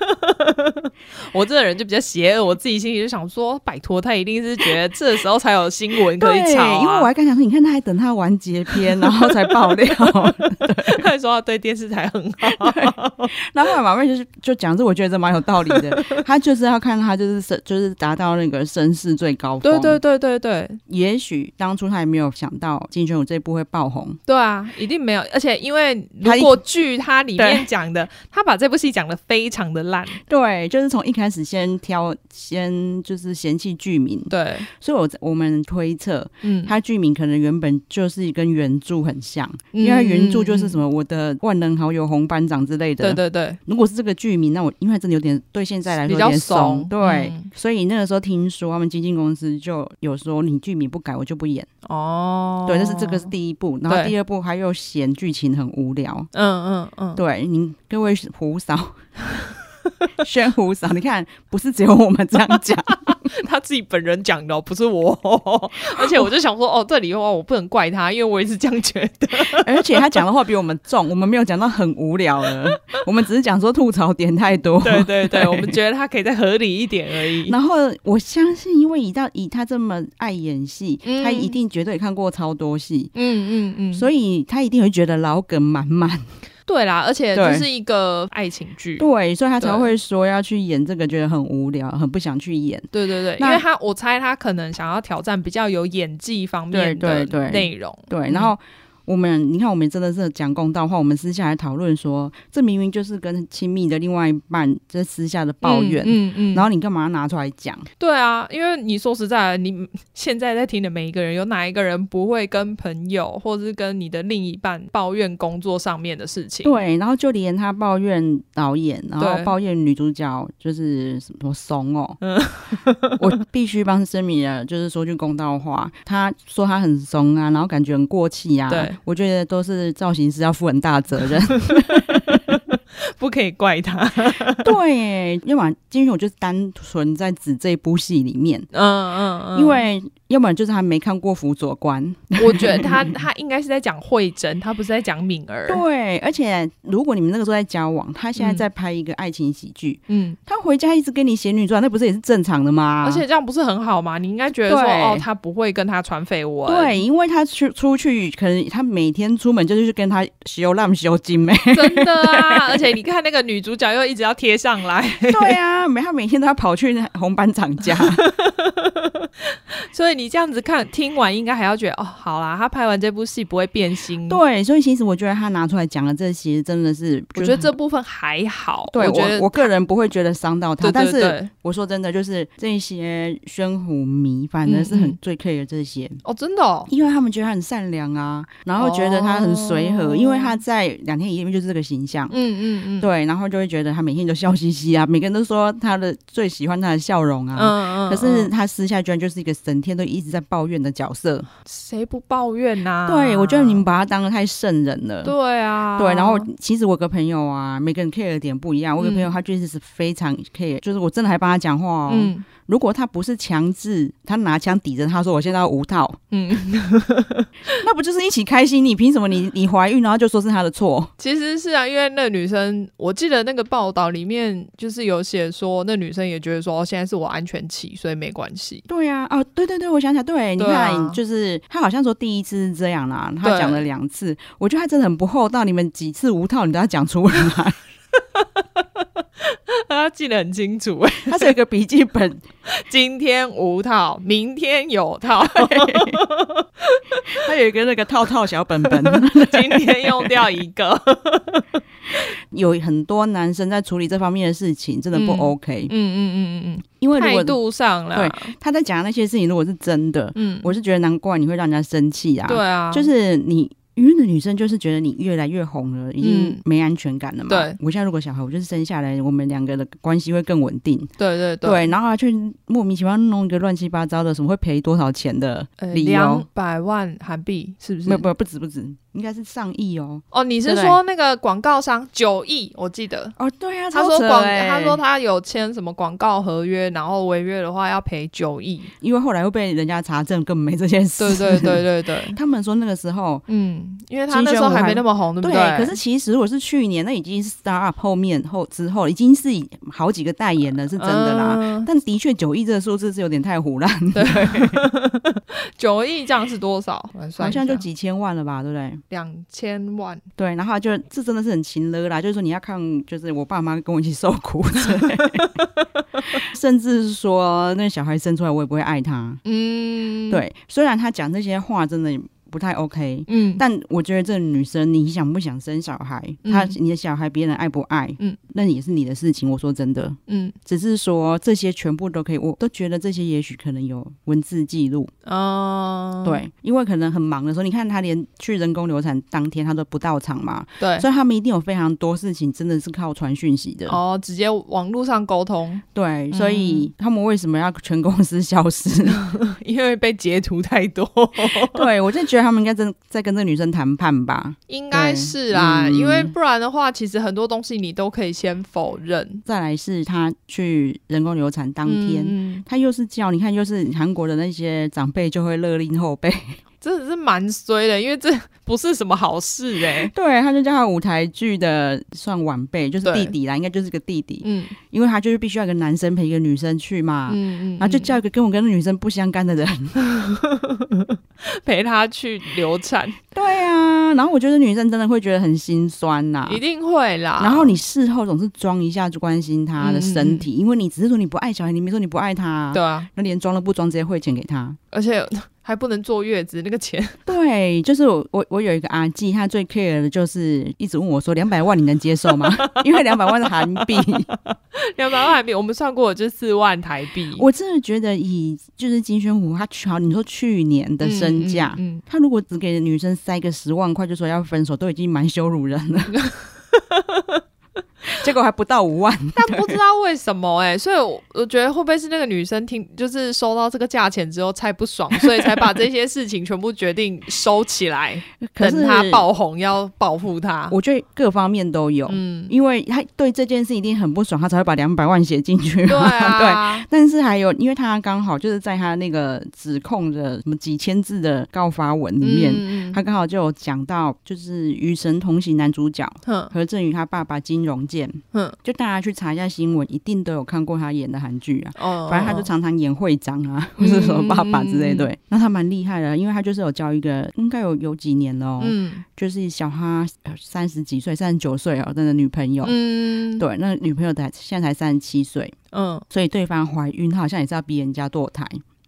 [SPEAKER 2] 我这个人就比较邪恶，我自己心里就想说，拜托，她一定是觉得这时候才有新闻可以
[SPEAKER 1] 对，
[SPEAKER 2] 炒、啊，
[SPEAKER 1] 因为我还刚想说，你看她还等她完结篇，然后才爆料。
[SPEAKER 2] 他还说她对电视台很好，
[SPEAKER 1] 然后后来马妹就是就讲这，我觉得蛮有道理的。她就是要看她就是声就是达到那个声势最高峰。
[SPEAKER 2] 对对，对对对
[SPEAKER 1] 也许当初她也没有想到金宣虎这部会爆红。
[SPEAKER 2] 对啊，一定没有，而且因为如
[SPEAKER 1] 他一
[SPEAKER 2] 果据他里
[SPEAKER 1] 对
[SPEAKER 2] 面讲的，他把这部戏讲的非常的 烂，
[SPEAKER 1] 对，就是从一开始先挑，先就是嫌弃剧名，
[SPEAKER 2] 对，
[SPEAKER 1] 所以我我们推测，
[SPEAKER 2] 嗯，
[SPEAKER 1] 它剧名可能原本就是跟原著很像，因为它原著就是什
[SPEAKER 2] 么？
[SPEAKER 1] 么我的万能好友红班长之类的。
[SPEAKER 2] 嗯对对对，
[SPEAKER 1] 如果是这个剧名，那我因为它真的有点对现在来说
[SPEAKER 2] 比较
[SPEAKER 1] 有点
[SPEAKER 2] 怂
[SPEAKER 1] 对，
[SPEAKER 2] 嗯
[SPEAKER 1] 所以那个时候听说他们经纪公司就有说你剧名不改我就不演，
[SPEAKER 2] 哦，
[SPEAKER 1] 对，但是这个是第一部，然后
[SPEAKER 2] 对
[SPEAKER 1] 第二部还又嫌剧情很无聊，
[SPEAKER 2] 嗯嗯嗯，
[SPEAKER 1] 对，您各 位胡嫂，宣胡嫂，你看不是只有我们这样讲，
[SPEAKER 2] 他自己本人讲的哦，不是我哦。 而且我就想说，哦，这里的话我不能怪他，因为我也是这样觉得。
[SPEAKER 1] 而且他讲的话比我们重，我们没有讲到很无聊了，我们只是讲说吐槽点太多。
[SPEAKER 2] 对对 对，我们觉得他可以再合理一点而已。
[SPEAKER 1] 然后我相信，因为以到以他这么爱演戏，
[SPEAKER 2] 嗯
[SPEAKER 1] 他一定绝对看过超多戏，
[SPEAKER 2] 嗯嗯嗯，
[SPEAKER 1] 所以他一定会觉得老梗满满。
[SPEAKER 2] 对啦，而且
[SPEAKER 1] 对
[SPEAKER 2] 这是一个爱情剧。
[SPEAKER 1] 对，所以他才
[SPEAKER 2] 对
[SPEAKER 1] 会说要去演这个，觉得很无聊，很不想去演。
[SPEAKER 2] 对对对，
[SPEAKER 1] 那
[SPEAKER 2] 因为他我猜他可能想要挑战比较有演技方面的
[SPEAKER 1] 对对对
[SPEAKER 2] 内容。
[SPEAKER 1] 对，
[SPEAKER 2] 嗯
[SPEAKER 1] 然后我们你看，我们真的是讲公道话，我们私下来讨论说，这明明就是跟亲密的另外一半在私下的抱怨，
[SPEAKER 2] 嗯嗯，
[SPEAKER 1] 然
[SPEAKER 2] 后
[SPEAKER 1] 后你干嘛拿出来讲？
[SPEAKER 2] 对啊，因为你说实在的，你现在在听的每一个人，有哪一个人不会跟朋友或者是跟你的另一半抱怨工作上面的事情？，
[SPEAKER 1] 对，然后就连他抱怨导演，然后
[SPEAKER 2] 对嗯
[SPEAKER 1] 抱怨女主角就是什么怂哦。 我必须帮声明了，就是说句公道话，他说他很怂啊，然后感觉很过气啊。
[SPEAKER 2] 对，
[SPEAKER 1] 我觉得都是造型师要负很大责任。
[SPEAKER 2] 不可以怪 他。
[SPEAKER 1] 对耶，要么金庸就是单纯在指这部戏里面。
[SPEAKER 2] 嗯嗯嗯，
[SPEAKER 1] 因为要不然就是还没看过《辅佐官》，
[SPEAKER 2] 我觉得他他应该是在讲慧珍，他不是在讲敏儿。
[SPEAKER 1] 对，而且如果你们那个时候在交往，他现在
[SPEAKER 2] 嗯
[SPEAKER 1] 在拍一个爱情喜剧，
[SPEAKER 2] 嗯，
[SPEAKER 1] 他回家一直跟你写女传，那不是也是正常的吗？
[SPEAKER 2] 而且这样不是很好吗？你应该觉得说，
[SPEAKER 1] 对
[SPEAKER 2] 哦，他不会跟他传绯闻。
[SPEAKER 1] 对，因为他出出去，可能他每天出门就是去跟他修浪修金妹。
[SPEAKER 2] 真的啊！而且你看那个女主角又一直要贴上 来，
[SPEAKER 1] 对啊，每他每天都要跑去那红班长 家。
[SPEAKER 2] 所以你这样子看听完，应该还要觉得哦，好啦，她拍完这部戏不会变心。，
[SPEAKER 1] 对，所以其实我觉得他拿出来讲的这些，真的是
[SPEAKER 2] 我觉得这部分还好。
[SPEAKER 1] 对
[SPEAKER 2] 我觉
[SPEAKER 1] 我
[SPEAKER 2] 得
[SPEAKER 1] 我个人不会觉得伤到他，
[SPEAKER 2] 对对
[SPEAKER 1] 但是
[SPEAKER 2] 对，
[SPEAKER 1] 我说真的，就是这些宣虎迷反而是
[SPEAKER 2] 嗯
[SPEAKER 1] 很
[SPEAKER 2] 嗯
[SPEAKER 1] 最 care 这些。
[SPEAKER 2] 哦，真的哦，
[SPEAKER 1] 因为他们觉得他很善良啊，然后觉得他很随和，
[SPEAKER 2] 哦
[SPEAKER 1] 因为他在两天一夜里面就是这个形象，
[SPEAKER 2] 嗯嗯嗯，
[SPEAKER 1] 对，然后就会觉得他每天都笑嘻嘻啊，每个人都说他的最喜欢他的笑容啊，
[SPEAKER 2] 嗯嗯嗯。
[SPEAKER 1] 可是他私下居然就是一个整天都一直在抱怨的角色，
[SPEAKER 2] 谁不抱怨呐？
[SPEAKER 1] 对我觉得你们把他当的太圣人了。
[SPEAKER 2] 对啊，
[SPEAKER 1] 啊对，然后其实我有个朋友啊，每个人 care 的点不一样。我有个朋友他就是是非常 care，、就是我真的还帮他讲话哦。
[SPEAKER 2] 嗯
[SPEAKER 1] 如果他不是强制，他拿枪抵着他说我现在要无套，
[SPEAKER 2] 嗯，
[SPEAKER 1] 那不就是一起开心？你凭什么你你怀孕然后就说是他的错？
[SPEAKER 2] 其实是啊，因为那个女生，我记得那个报道里面就是有写说，那女生也觉得说，哦，现在是我安全期，所以没关 系。
[SPEAKER 1] 对呀、啊，哦，对对对，我想起来，对，你
[SPEAKER 2] 对啊
[SPEAKER 1] 看，就是他好像说第一次是这样啦，他
[SPEAKER 2] 对
[SPEAKER 1] 讲了两次，我觉得他真的很不厚道。你们几次无套，你都要讲出来，
[SPEAKER 2] 他记得很清楚，
[SPEAKER 1] 他是有一个笔记 本，
[SPEAKER 2] 今天无套，明天有 套，
[SPEAKER 1] 哦他有一个那个套套小本本。
[SPEAKER 2] 今天用掉一个。
[SPEAKER 1] 有很多男生在处理这方面的事情，真的不
[SPEAKER 2] 嗯
[SPEAKER 1] OK，、
[SPEAKER 2] 嗯 嗯嗯嗯
[SPEAKER 1] 因为
[SPEAKER 2] 嗯，
[SPEAKER 1] 如
[SPEAKER 2] 态
[SPEAKER 1] 果
[SPEAKER 2] 度上啦，
[SPEAKER 1] 对他在讲的那些事情，如果是真的，
[SPEAKER 2] 嗯，
[SPEAKER 1] 我是觉得难怪你会让人家生气啊。
[SPEAKER 2] 对。啊，
[SPEAKER 1] 就是你，因为那女生就是觉得你越来越红了，已经
[SPEAKER 2] 嗯
[SPEAKER 1] 没安全感了嘛。
[SPEAKER 2] 对，
[SPEAKER 1] 我现在如果小孩，我就是生下来，我们两个的关系会更稳定。
[SPEAKER 2] 对对
[SPEAKER 1] 对，，然后还去莫名其妙弄一个乱七八糟的，什么会赔多少钱的理
[SPEAKER 2] 呃两
[SPEAKER 1] 由？
[SPEAKER 2] 百万韩币是不是？
[SPEAKER 1] 没有，不不止不止，应该是上亿哦。
[SPEAKER 2] 哦，你是
[SPEAKER 1] 对
[SPEAKER 2] 说那个广告商九亿？我记得。
[SPEAKER 1] 哦，对啊，
[SPEAKER 2] 他
[SPEAKER 1] 超
[SPEAKER 2] 说
[SPEAKER 1] 扯
[SPEAKER 2] 广，
[SPEAKER 1] 欸
[SPEAKER 2] 他说他有签什么广告合约，然后违约的话要赔九亿。
[SPEAKER 1] 因为后来会被人家查证，根本没这件事。
[SPEAKER 2] 对对对，对对，
[SPEAKER 1] 他们说那个时候。
[SPEAKER 2] 嗯，因为他
[SPEAKER 1] 金
[SPEAKER 2] 那
[SPEAKER 1] 宣
[SPEAKER 2] 时候
[SPEAKER 1] 武
[SPEAKER 2] 还
[SPEAKER 1] 还
[SPEAKER 2] 没那么红，对不
[SPEAKER 1] 对，可是其实如果是去年，那已经是 Star Up 后面后之后，已经是好几个代言了，是真的啦。
[SPEAKER 2] 嗯
[SPEAKER 1] 但的确，九亿这个数字是有点太胡乱了。
[SPEAKER 2] 九亿这样是多少？我来算
[SPEAKER 1] 好
[SPEAKER 2] 一
[SPEAKER 1] 像就
[SPEAKER 2] 下
[SPEAKER 1] 几千万了吧，对不对？
[SPEAKER 2] 两千万。
[SPEAKER 1] 对，然后他就这真的是很勤了啦，就是说你要看，就是我爸妈跟我一起受苦， 甚至是说那小孩生出来我也不会爱他。
[SPEAKER 2] 嗯，，
[SPEAKER 1] 对，虽然他讲这些话真的不太 OK，
[SPEAKER 2] 嗯，
[SPEAKER 1] 但我觉得这女生你想不想生小孩，她
[SPEAKER 2] 嗯
[SPEAKER 1] 你的小孩别人爱不爱，
[SPEAKER 2] 嗯，
[SPEAKER 1] 那也是你的事情。我说真的，
[SPEAKER 2] 嗯
[SPEAKER 1] 只是说这些全部都可以，我都觉得这些也许可能有文字记录，
[SPEAKER 2] 啊，
[SPEAKER 1] 对，因为可能很忙的时候，你看他连去人工流产当天他都不到场嘛，
[SPEAKER 2] 对，
[SPEAKER 1] 所以他们一定有非常多事情真的是靠传讯息的。
[SPEAKER 2] 哦，嗯直接网络上沟 通，
[SPEAKER 1] 对，所以他 们为什么要全公司消失？
[SPEAKER 2] 因为被截图太多。
[SPEAKER 1] 对我就觉觉得他们应该在在跟这个女生谈判吧，
[SPEAKER 2] 应该是啦、
[SPEAKER 1] 对嗯
[SPEAKER 2] 因为不然的话，其实很多东西你都可以先否认。
[SPEAKER 1] 再来是她去人工流产当天。
[SPEAKER 2] 嗯、
[SPEAKER 1] 她又是叫你看，又是韩国的那些长辈就会勒令后 辈，
[SPEAKER 2] 真的是蛮衰的，因为这不是什么好事哎、
[SPEAKER 1] 对，他就叫他舞台剧的算晚辈，就是
[SPEAKER 2] 对
[SPEAKER 1] 弟弟啦，应该就是个弟弟，
[SPEAKER 2] 嗯
[SPEAKER 1] 因为他就是必须要一个男生陪一个女生去嘛，
[SPEAKER 2] 嗯嗯，
[SPEAKER 1] 然啊后就叫一个跟我跟那女生不相干的 人，
[SPEAKER 2] 陪他去流产，
[SPEAKER 1] 对啊，然后我觉得女生真的会觉得很心酸呐、
[SPEAKER 2] 一定啊会啦。
[SPEAKER 1] 啊然后你事后总是装一下就关心她的身体，因为你只是说你不爱小孩，你没说你不爱她，
[SPEAKER 2] 嗯对啊，
[SPEAKER 1] 那连装都不装，直接汇钱给她。
[SPEAKER 2] 而且还不能坐月子，那个钱
[SPEAKER 1] 对，就是我我我有一个阿季，她最 care 的就是一直问我说两百万你能接受吗？ 因为两百万是韩 币，
[SPEAKER 2] 两百万台币，我们算过就四万台币。
[SPEAKER 1] 我真的觉得以就是金宣虎他去好你说去年的身价。
[SPEAKER 2] 嗯，嗯嗯
[SPEAKER 1] 他如果只给女生塞个十万块就说要分手，都已经蛮羞辱 人了。结果还不到五 万，
[SPEAKER 2] 但不知道为什么哎、所以我我觉得会不会是那个女生听，就是收到这个价钱之后太不爽，所以才把这些事情全部决定收起来，
[SPEAKER 1] 可是
[SPEAKER 2] 等她爆红要报复她。
[SPEAKER 1] 我觉得各方面都有，
[SPEAKER 2] 嗯，
[SPEAKER 1] 因为他对这件事一定很不爽，他才会把两百万写进去嘛。
[SPEAKER 2] 对
[SPEAKER 1] 对。
[SPEAKER 2] 啊，
[SPEAKER 1] 但是还有，因为他刚好就是在他那个指控的什么几千字的告发文里面，
[SPEAKER 2] 嗯嗯
[SPEAKER 1] 他刚好就有讲到，就是《与神同行》男主角
[SPEAKER 2] 哼
[SPEAKER 1] 何振宇他爸爸金融健，
[SPEAKER 2] 哼，
[SPEAKER 1] 就大家去查一下新闻，一定都有看过他演的韩剧啊。
[SPEAKER 2] 哦，
[SPEAKER 1] 反正他就常常演会长啊， 或者什么爸爸之类的。
[SPEAKER 2] 嗯
[SPEAKER 1] 对，那他蛮厉害的，因为他就是有教一个，应该有有几年了、哦，
[SPEAKER 2] 嗯
[SPEAKER 1] 就是小他三十几岁、三十九岁哦的女朋友。
[SPEAKER 2] 嗯，
[SPEAKER 1] 对，那女朋友才现在才三十七岁，
[SPEAKER 2] 嗯，
[SPEAKER 1] 所以对方怀孕，她好像也是要逼人家堕胎。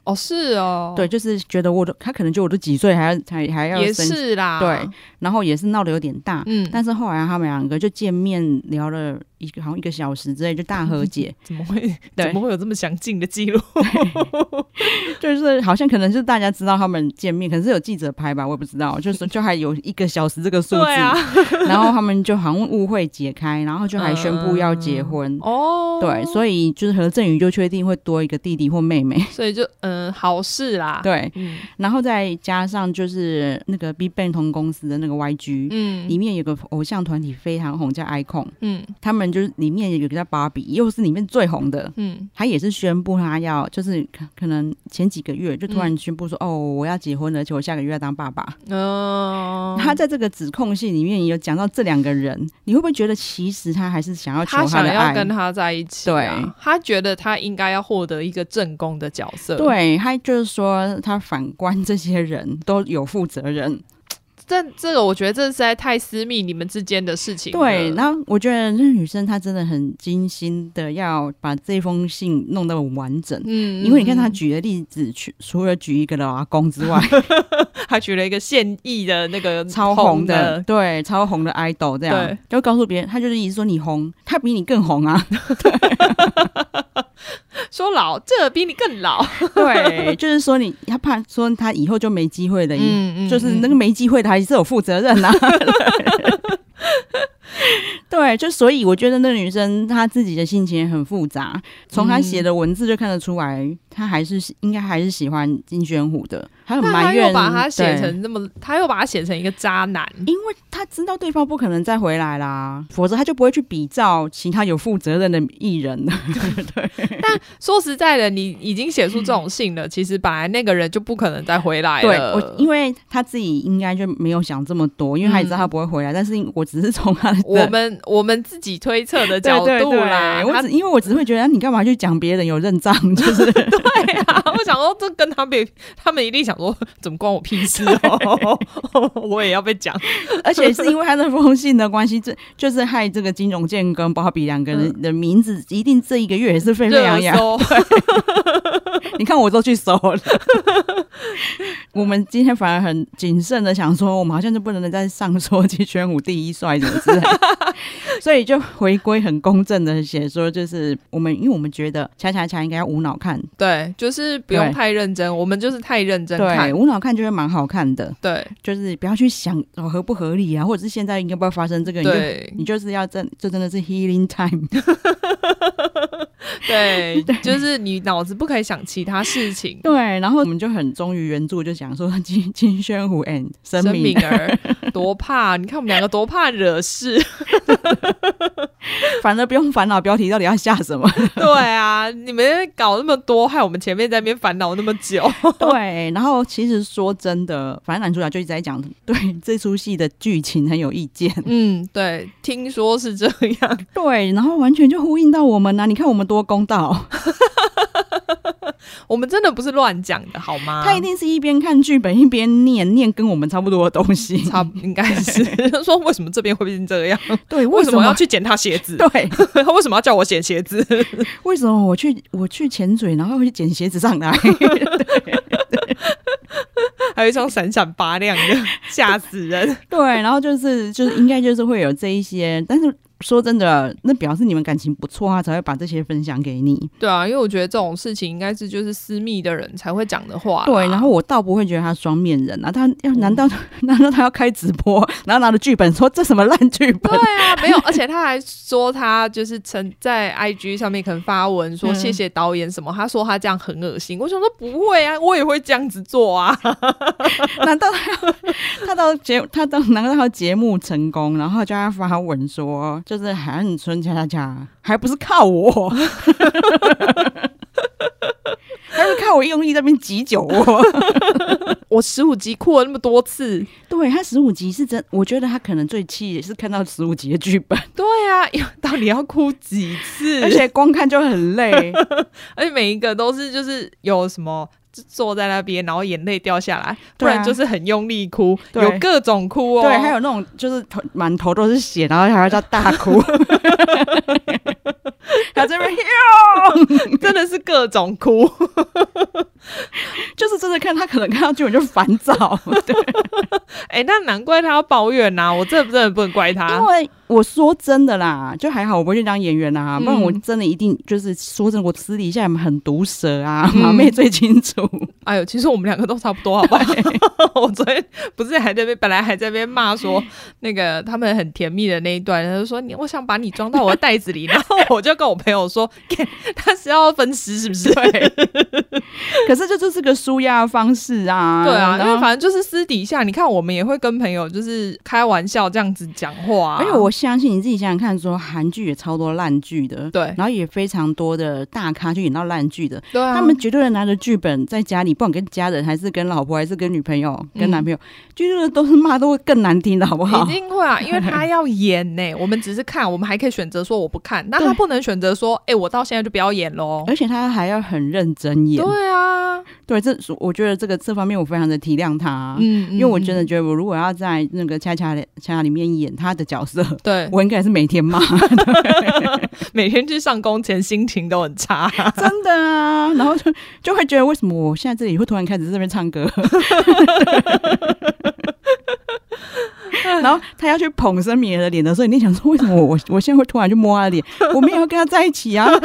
[SPEAKER 2] 哦是哦，
[SPEAKER 1] 对，，就是觉得我都，她可能觉得我都几岁还要还还要
[SPEAKER 2] 也
[SPEAKER 1] 生，
[SPEAKER 2] 是啦，
[SPEAKER 1] 对，然后也是闹得有点大。
[SPEAKER 2] 嗯，
[SPEAKER 1] 但是后来他们两个就见面聊了一个好像一个小时之类，就大和
[SPEAKER 2] ，
[SPEAKER 1] 解
[SPEAKER 2] 怎么会
[SPEAKER 1] 对
[SPEAKER 2] 怎么会有这么详尽的记录？
[SPEAKER 1] 就是好像可能是大家知道他们见面，可能是有记者拍吧，我也不知 道，就是就还有一个小时这个数字，
[SPEAKER 2] 对啊，
[SPEAKER 1] 然后他们就好像误会解开，然后就还宣布要结婚。
[SPEAKER 2] 哦，
[SPEAKER 1] 对，所以就是何振宇就确定会多一个弟弟或妹妹，
[SPEAKER 2] 所以就嗯，好事啦，，
[SPEAKER 1] 对，
[SPEAKER 2] 嗯
[SPEAKER 1] 然后再加上就是那个 Big Bang 同公司的那个 YG，、
[SPEAKER 2] 嗯
[SPEAKER 1] 里面有个偶像团体非常红，叫 Icon，
[SPEAKER 2] 嗯
[SPEAKER 1] 他们就是里面有个叫芭比，又是里面最红的。
[SPEAKER 2] 嗯
[SPEAKER 1] 他也是宣布他要，就是可可能前几个月就突然宣布说，哦，我要结婚了，而且我下个月要当爸爸。
[SPEAKER 2] 嗯，
[SPEAKER 1] 他在这个指控信里面也有讲到这两个人，你会不会觉得其实他还是想要求
[SPEAKER 2] 他想
[SPEAKER 1] 的
[SPEAKER 2] 要
[SPEAKER 1] 爱？
[SPEAKER 2] 跟他在一起啊，
[SPEAKER 1] 对
[SPEAKER 2] 他觉得他应该要获得一个正宫的角色，，
[SPEAKER 1] 对，他就是说，他反观这些人都有负责任。
[SPEAKER 2] 但这个我觉得这实在太私密你们之间的事情了，
[SPEAKER 1] 对，然后我觉得那女生她真的很精心的要把这封信弄得很完整，
[SPEAKER 2] 嗯，
[SPEAKER 1] 因为你看她
[SPEAKER 2] 他
[SPEAKER 1] 举的例子，除除了举一个老阿公之 外，
[SPEAKER 2] 他举了一个现役的那个
[SPEAKER 1] 超
[SPEAKER 2] 红
[SPEAKER 1] 红的，，对，超红的 idol 这样
[SPEAKER 2] 对，
[SPEAKER 1] 就告诉别人，他就是一直说你红，他比你更红 啊，
[SPEAKER 2] 说老这比你更老，
[SPEAKER 1] 对，就是说你，他怕说他以后就没机会的意思。
[SPEAKER 2] 嗯
[SPEAKER 1] 就是那个没机会的还是有负责 任呐、啊。对，就所以我觉得那个女生她自己的心情也很复杂，从她写
[SPEAKER 2] 嗯
[SPEAKER 1] 的文字就看得出来，她还是应该还是喜欢金宣虎的，还很
[SPEAKER 2] 但他
[SPEAKER 1] 埋
[SPEAKER 2] 又
[SPEAKER 1] 怨，
[SPEAKER 2] 把他写
[SPEAKER 1] 对
[SPEAKER 2] 成那么，他又把他写成一个渣男，
[SPEAKER 1] 因为他知道对方不可能再回来啦，否则他就不会去比照其他有负责任的艺 人了。
[SPEAKER 2] 说实在的，你已经写出这种信了，其实本来那个人就不可能再回来
[SPEAKER 1] 嗯对
[SPEAKER 2] 了。
[SPEAKER 1] 我，因为他自己应该就没有想这么多，因为他也知道他不会回来。但是我只是从 他的
[SPEAKER 2] 我们我们自己推测的
[SPEAKER 1] 对
[SPEAKER 2] 角
[SPEAKER 1] 对
[SPEAKER 2] 度
[SPEAKER 1] 对
[SPEAKER 2] 啦，
[SPEAKER 1] 我
[SPEAKER 2] 他
[SPEAKER 1] 只因为我只会觉得啊你干嘛去讲别人有认账， 就是
[SPEAKER 2] 对 啊，我想说这跟他们他们一定想说，怎么关我屁事 哦，我也要被讲。
[SPEAKER 1] 而且是因为他那封信的关系，这就是害这个金融健跟鲍比两个人的名字，一定这一个月也是沸沸扬
[SPEAKER 2] 嗯热
[SPEAKER 1] 扬。
[SPEAKER 2] 搜，
[SPEAKER 1] 你看我都去搜了， 我们今天反而很谨慎的想说，我们好像就不能再上说去宣武第一帅什么之类的 所以就回归很公正的写说，就是我们因为我们觉得恰恰恰应该要无脑看，
[SPEAKER 2] 对，就是不用
[SPEAKER 1] 对
[SPEAKER 2] 太认真，我们就是太认真看
[SPEAKER 1] 对，。无脑看就会蛮好看的。
[SPEAKER 2] 对
[SPEAKER 1] 就是不要去想哦合不合理啊，或者是现在应该不要发生这个，你就
[SPEAKER 2] 对
[SPEAKER 1] 你就是要真就真的是 healing time，
[SPEAKER 2] 对，就是你脑子不可以想其他事情。
[SPEAKER 1] 对，然后我们就很忠于原著，就讲说金金宣虎 and 申
[SPEAKER 2] 生
[SPEAKER 1] 明
[SPEAKER 2] 敏儿多怕，你看我们两个多怕惹 事。
[SPEAKER 1] 反而不用烦恼标题到底要下什 么。
[SPEAKER 2] 对啊，你们搞那么多，害我们前面在那边烦恼那么久。
[SPEAKER 1] 对，然后其实说真的，反正男主角就一直在讲对这出戏的剧情很有意 见，
[SPEAKER 2] 嗯，对，听说是这样。
[SPEAKER 1] 对，然后完全就呼应到我们啊呐、你看我们多公道，
[SPEAKER 2] 啊我们真的不是乱讲的，好吗？
[SPEAKER 1] 他一定是一边看剧本一边念念跟我们差不多的东西。
[SPEAKER 2] 差不 应该是说为什么这边会变成这样？
[SPEAKER 1] 对，
[SPEAKER 2] 为
[SPEAKER 1] 为
[SPEAKER 2] 什
[SPEAKER 1] 什
[SPEAKER 2] 么
[SPEAKER 1] 么
[SPEAKER 2] 要去捡他鞋子？
[SPEAKER 1] 对，
[SPEAKER 2] 为什么要叫我捡鞋子？
[SPEAKER 1] 为什么我去我去潜水，然后会去捡鞋子上来？
[SPEAKER 2] 还有一双闪闪发亮的，吓死人！
[SPEAKER 1] 对，然后就是就是应该就是会有这一些，但是说真的，那表示你们感情不错啊，才会把这些分享给你。
[SPEAKER 2] 对啊，因为我觉得这种事情应该是就是私密的人才会讲的话啦。
[SPEAKER 1] 对，然后我倒不会觉得他双面人啊，他要难道难道他要开直播，然后拿着剧本说这什么烂剧本？
[SPEAKER 2] 对啊，没有，而且他还说他就是曾在 IG 上面可能发文说
[SPEAKER 1] 嗯
[SPEAKER 2] 谢谢导演什么，他说他这样很恶心。我想说不会啊，我也会这样子做啊。
[SPEAKER 1] 难道他要他到节他到难道他节目成功，然后叫他发文说就是韩春恰恰恰，还不是靠我， 还不是靠我用力在那边挤酒 窝。
[SPEAKER 2] 我十五集哭了那么多次，
[SPEAKER 1] 对他十五集是真，我觉得他可能最气也是看到十五集的剧本，
[SPEAKER 2] 对啊， 到底要哭几次？
[SPEAKER 1] 而且光看就很 累。
[SPEAKER 2] 而且每一个都是就是有什么。就坐在那边，然后眼泪掉下来，不
[SPEAKER 1] 对
[SPEAKER 2] 然
[SPEAKER 1] 啊
[SPEAKER 2] 就是很用力哭，
[SPEAKER 1] 对
[SPEAKER 2] 有各种哭哦。
[SPEAKER 1] 对，还有那种就是头满头都是血，然后还要叫大 哭，还这边
[SPEAKER 2] 真的是各种哭，
[SPEAKER 1] 就是真的看他可能看到剧本就烦躁，
[SPEAKER 2] 哎、那难怪他要抱怨呐、我这真的不能怪
[SPEAKER 1] 因
[SPEAKER 2] 他。
[SPEAKER 1] 为我说真的啦，就还好我不会去当演员啦，
[SPEAKER 2] 嗯
[SPEAKER 1] 不然我真的一定就是说真的，我私底下很毒舌啊，
[SPEAKER 2] 嗯
[SPEAKER 1] 马妹最清楚。
[SPEAKER 2] 哎呦，其实我们两个都差不多，好不好？ 我昨天不是还在那边，本来还在那边骂说那个他们很甜蜜的那一段，他就说你，我想把你装到我的袋子里，然后我就跟我朋友说， 干他是要分尸是不是？
[SPEAKER 1] 对，可是这就是个舒压的方式啊。
[SPEAKER 2] 对啊，因
[SPEAKER 1] 然
[SPEAKER 2] 为
[SPEAKER 1] 后
[SPEAKER 2] 反正就是私底下，你看我们也会跟朋友就是开玩笑这样子讲话、啊，
[SPEAKER 1] 而且我相信你自己想想看，说韩剧也超多烂剧的，
[SPEAKER 2] 对
[SPEAKER 1] 然后也非常多的大咖去演到烂剧的，
[SPEAKER 2] 对啊，
[SPEAKER 1] 他们绝对的拿着剧本在家里，不管跟家人还是跟老婆还是跟女朋友、跟男朋友，
[SPEAKER 2] 嗯
[SPEAKER 1] 就是都是骂都会更难听的，好不好
[SPEAKER 2] 一？定会啊，因为他要演呢、我们只是看，我们还可以选择说我不看，那他
[SPEAKER 1] 对
[SPEAKER 2] 不能选择说，哎、我到现在就不要演喽。
[SPEAKER 1] 而且他还要很认真演，
[SPEAKER 2] 对啊，
[SPEAKER 1] 对，这我觉得这个这方面我非常的体谅他，啊
[SPEAKER 2] 嗯，
[SPEAKER 1] 因为我真
[SPEAKER 2] 得
[SPEAKER 1] 的觉得我如果要在那个恰恰恰恰里面演他的角色，
[SPEAKER 2] 对，
[SPEAKER 1] 我应该也是每天骂，
[SPEAKER 2] 每天去上工前心情都很 差，
[SPEAKER 1] 真的啊，然后就就会觉得为什么我现在这里会突然开始在这边唱歌， 然后他要去捧申敏儿的脸的时候，你就想说为什么我我我现在会突然去摸他的脸，我没有要跟他在一起啊。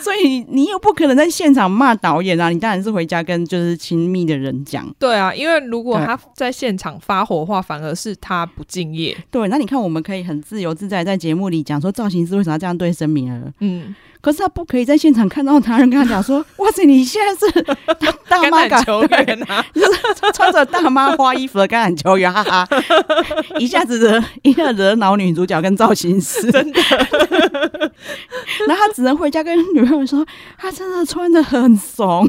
[SPEAKER 1] 所以你又不可能在现场骂导演啊，你当然是回家跟就是亲密的人讲。
[SPEAKER 2] 对啊，因为如果
[SPEAKER 1] 对
[SPEAKER 2] 他在现场发火的话，反而是他不敬业。
[SPEAKER 1] 对，那你看我们可以很自由自在在节目里讲说造型师为什么要这样对申敏儿，
[SPEAKER 2] 嗯，
[SPEAKER 1] 可是他不可以在现场看到他人跟他讲 说，哇塞，你现在是 大
[SPEAKER 2] 橄
[SPEAKER 1] 妈
[SPEAKER 2] 榄
[SPEAKER 1] 感
[SPEAKER 2] 球员啊，
[SPEAKER 1] 穿着大妈花衣服的橄榄球员，哈哈， 一下子惹一下惹恼女主角跟造型师， 真的。然后他只能回家跟女朋友说，他真的穿的很怂，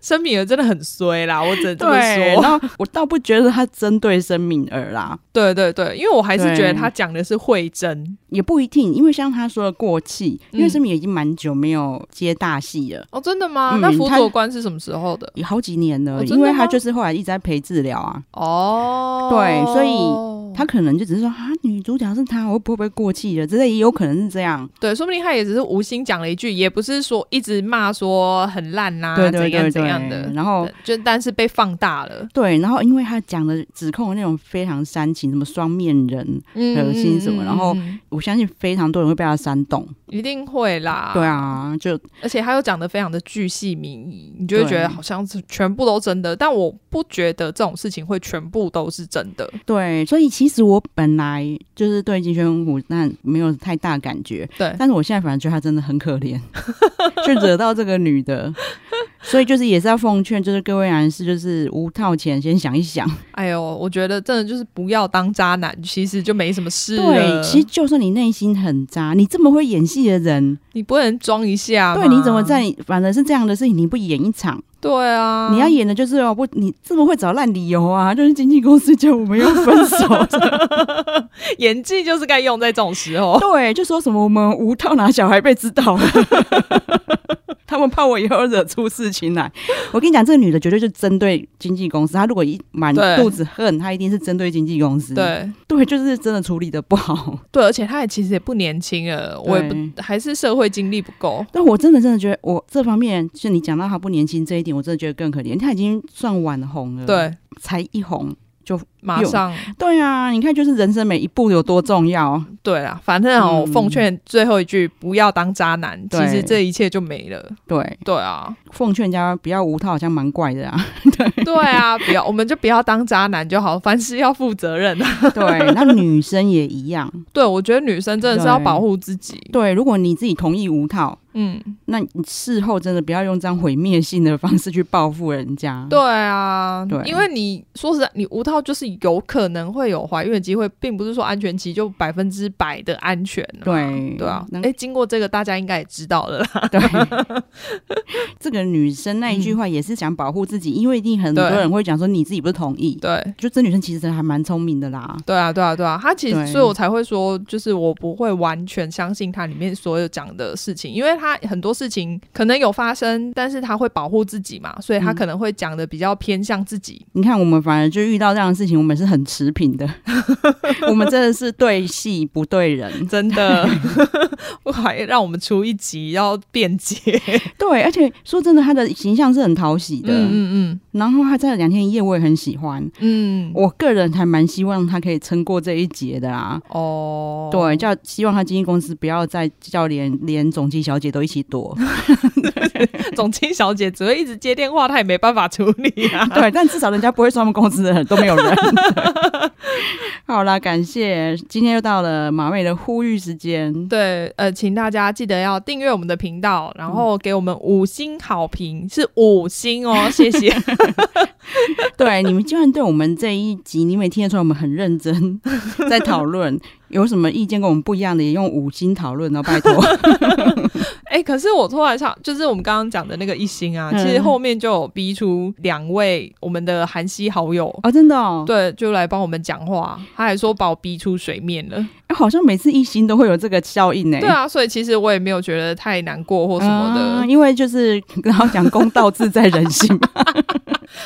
[SPEAKER 2] 申敏儿真的很衰啦，我只能这么
[SPEAKER 1] 对。
[SPEAKER 2] 说。
[SPEAKER 1] 然后我倒不觉得他针对申敏儿啦，
[SPEAKER 2] 对对对，因为我还是
[SPEAKER 1] 对
[SPEAKER 2] 觉得他讲的是慧珍。
[SPEAKER 1] 也不一定，因为像他说的过气，因为
[SPEAKER 2] 嗯
[SPEAKER 1] 申敏儿已经蛮久没有接大戏了。
[SPEAKER 2] 哦，真的吗？
[SPEAKER 1] 嗯
[SPEAKER 2] 那辅
[SPEAKER 1] 他
[SPEAKER 2] 佐官是什么时候的？
[SPEAKER 1] 也好几年了，
[SPEAKER 2] 哦真的
[SPEAKER 1] 因为他
[SPEAKER 2] 吗
[SPEAKER 1] 就是后来一直在陪治疗啊，
[SPEAKER 2] 哦，
[SPEAKER 1] 对所以他可能就只是说啊，女主角是她，我会不会过气了之类，也有可能是这样。
[SPEAKER 2] 对，说不定他也只是无心讲了一句，也不是说一直骂说很烂呐、
[SPEAKER 1] 对对对
[SPEAKER 2] 啊怎
[SPEAKER 1] 对，
[SPEAKER 2] 样怎样的，
[SPEAKER 1] 然后
[SPEAKER 2] 对就但是被放大了，
[SPEAKER 1] 对，然后因为他讲的指控的那种非常煽情，什么双面人，
[SPEAKER 2] 嗯
[SPEAKER 1] 恶心什么然后
[SPEAKER 2] 嗯
[SPEAKER 1] 我相信非常多人会被他煽动。
[SPEAKER 2] 嗯一定会啦。
[SPEAKER 1] 对，啊，就
[SPEAKER 2] 而且他又讲的非常的巨细靡遗，你就会觉
[SPEAKER 1] 对
[SPEAKER 2] 得好像是全部都真的，但我不觉得这种事情会全部都是真的。
[SPEAKER 1] 对，所以其实我本来就是对金宣虎但没有太大感觉，
[SPEAKER 2] 对，
[SPEAKER 1] 但是我现在反而觉得他真的很可怜， 就惹到这个女的，所以就是也是要奉劝，就是各位男士，就是无套前先想一想，
[SPEAKER 2] 哎呦，我觉得真的就是不要当渣男，其实就没什么事了。
[SPEAKER 1] 对，其实就算你内心很渣，你这么会演戏的人，
[SPEAKER 2] 你不能装一下吗
[SPEAKER 1] 对，你怎么？在反正是这样的事情你不演一场，
[SPEAKER 2] 对啊，
[SPEAKER 1] 你要演的就是哦不，你这么会找烂理由啊，就是经纪公司叫我们要分手，
[SPEAKER 2] 演技就是该用在这种时 候。
[SPEAKER 1] 对，就说什么我们无套拿小孩被知道了， 他们怕我以后惹出事情来。我跟你讲，这个女的绝对是针对经纪公司，她如果一满
[SPEAKER 2] 对
[SPEAKER 1] 肚子恨，她一定是针对经纪公司。
[SPEAKER 2] 对
[SPEAKER 1] 对，就是真的处理的不好。
[SPEAKER 2] 对，而且他也其实也不年轻了，我也
[SPEAKER 1] 对
[SPEAKER 2] 不还是社会经历不够。
[SPEAKER 1] 但我真的真的觉得，我这方面就你讲到她不年轻这一点，我真的觉得更可怜。她已经算晚红了，，
[SPEAKER 2] 对，
[SPEAKER 1] 才一红。
[SPEAKER 2] 马上
[SPEAKER 1] 对啊，你看，就是人生每一步有多重要。
[SPEAKER 2] 对啦，反正哦，
[SPEAKER 1] 嗯
[SPEAKER 2] 我奉劝最后一句，不要当渣男，其
[SPEAKER 1] 对
[SPEAKER 2] 实这一切就没了。
[SPEAKER 1] 对，
[SPEAKER 2] 对 啊，
[SPEAKER 1] 奉劝大家不要无套，好像蛮怪的 啊。
[SPEAKER 2] 对啊，不要，我们就不要当渣男就好，凡事要负责任 啊。
[SPEAKER 1] 对，那女生也一样。
[SPEAKER 2] 对，我觉得女生真的是要
[SPEAKER 1] 对
[SPEAKER 2] 保护自己。
[SPEAKER 1] 对，如果你自己同意无套，
[SPEAKER 2] 嗯，
[SPEAKER 1] 那你事后真的不要用这样毁灭性的方式去报复人家。
[SPEAKER 2] 对啊，
[SPEAKER 1] 对
[SPEAKER 2] 因为你说实在，你无套就是有可能会有怀孕的机会，并不是说安全期就百分之百的安全、啊。
[SPEAKER 1] 对
[SPEAKER 2] 对啊，
[SPEAKER 1] 那
[SPEAKER 2] 哎、经过这个大家应该也知道 了啦。
[SPEAKER 1] 对，这个女生那一句话也是想保护自己，因为一定很多
[SPEAKER 2] 对
[SPEAKER 1] 人会讲说你自己不是同意。
[SPEAKER 2] 对，
[SPEAKER 1] 就这女生其实还蛮聪明的啦。
[SPEAKER 2] 对啊，对啊，对啊。他其
[SPEAKER 1] 对
[SPEAKER 2] 实，所以我才会说，就是我不会完全相信他里面所有讲的事情，因为他很多事情可能有发生，但是他会保护自己嘛，所以他
[SPEAKER 1] 嗯
[SPEAKER 2] 可能会讲的比较偏向 自己。
[SPEAKER 1] 你看，我们反而就遇到这样的事情，我们是很持平 的。我们真的是对戏不对人。
[SPEAKER 2] 真的， 我还让我们出一集要 辩解。
[SPEAKER 1] 对，而且说真的，她的形象是很讨喜的。
[SPEAKER 2] 嗯嗯
[SPEAKER 1] 然后她在《两天一夜》我也很喜欢。
[SPEAKER 2] 嗯嗯，
[SPEAKER 1] 我个人还蛮希望他可以撑过这一劫的啦。
[SPEAKER 2] 哦，
[SPEAKER 1] 对，叫希望他经纪公司不要再叫连连总机小姐都一起躲。
[SPEAKER 2] 总经小姐只会一直接电话，她也没办法处理啊。
[SPEAKER 1] 对，但至少人家不会说他们公司的人都没有人。 好啦，感谢，今天又到了马妹的呼吁时间。
[SPEAKER 2] 对，呃，请大家记得要订阅我们的频道，然后给我们五星好评，是五星 哦，谢谢。
[SPEAKER 1] 对，你们既然对我们这一集，你们也听得出来我们很认 真在讨论，有什么意见跟我们不一样的，也用五星讨论哦，拜 托。
[SPEAKER 2] 哎、可是我突然想，就是我们刚刚讲的那个一星啊，
[SPEAKER 1] 嗯
[SPEAKER 2] 其实后面就有逼出两位我们的韩系好友，
[SPEAKER 1] 哦，真的哦，
[SPEAKER 2] 对，就来帮我们讲话，他还说把我逼出水面了。
[SPEAKER 1] 哎好像每次一星都会有这个效应呢。
[SPEAKER 2] 对啊，所以其实我也没有觉得太难过或什么的。
[SPEAKER 1] 啊因为就是然后讲公道自在人心嘛，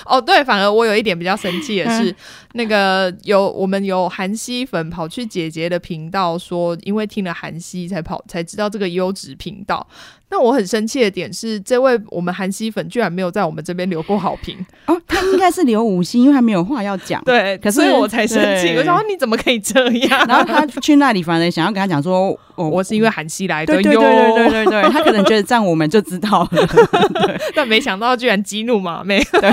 [SPEAKER 2] 哦，对，反而我有一点比较生气的
[SPEAKER 1] 嗯
[SPEAKER 2] 是， 那个有我们有韩熙粉跑去姐姐的频道说，因为听了韩熙才跑才知道这个优质频道。那我很生气的点是，这位我们韩熙粉居然没有在我们这边留过好 评，
[SPEAKER 1] 哦，他应该是留五星，因为他没有话要讲。
[SPEAKER 2] 对，
[SPEAKER 1] 可是
[SPEAKER 2] 所以我才生气，
[SPEAKER 1] 对
[SPEAKER 2] 我想说你怎么可以这样？
[SPEAKER 1] 然后他去那里，反而想要跟他讲说，哦，
[SPEAKER 2] 我是因为韩熙来的
[SPEAKER 1] 对
[SPEAKER 2] 哟，
[SPEAKER 1] 对对对对对对，他可能觉得这样我们就知道了。
[SPEAKER 2] 但没想到居然激怒马妹， 她
[SPEAKER 1] 对，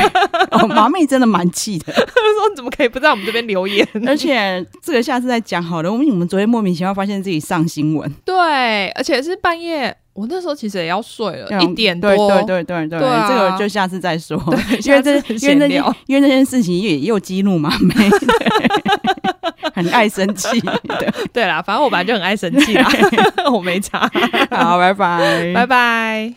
[SPEAKER 1] 哦，麻妹真的蛮气的，
[SPEAKER 2] 说你怎么可以不在我们这边留言？
[SPEAKER 1] 而且这个下次再讲好了。我们我们昨天莫名其妙发现自己上新闻，
[SPEAKER 2] 对，而且是半夜，我那时候其实也要睡了，一点多，
[SPEAKER 1] 对对对对对，
[SPEAKER 2] 对啊
[SPEAKER 1] 这个就下次再说。
[SPEAKER 2] 对，
[SPEAKER 1] 因为这
[SPEAKER 2] 下
[SPEAKER 1] 因
[SPEAKER 2] 次
[SPEAKER 1] 为那
[SPEAKER 2] 闲聊
[SPEAKER 1] 件因为那件事情也又激怒麻妹，对很爱生气。对，
[SPEAKER 2] 对啦，反正我本来就很爱生气啦，我没差。
[SPEAKER 1] 好，拜拜，
[SPEAKER 2] 拜拜。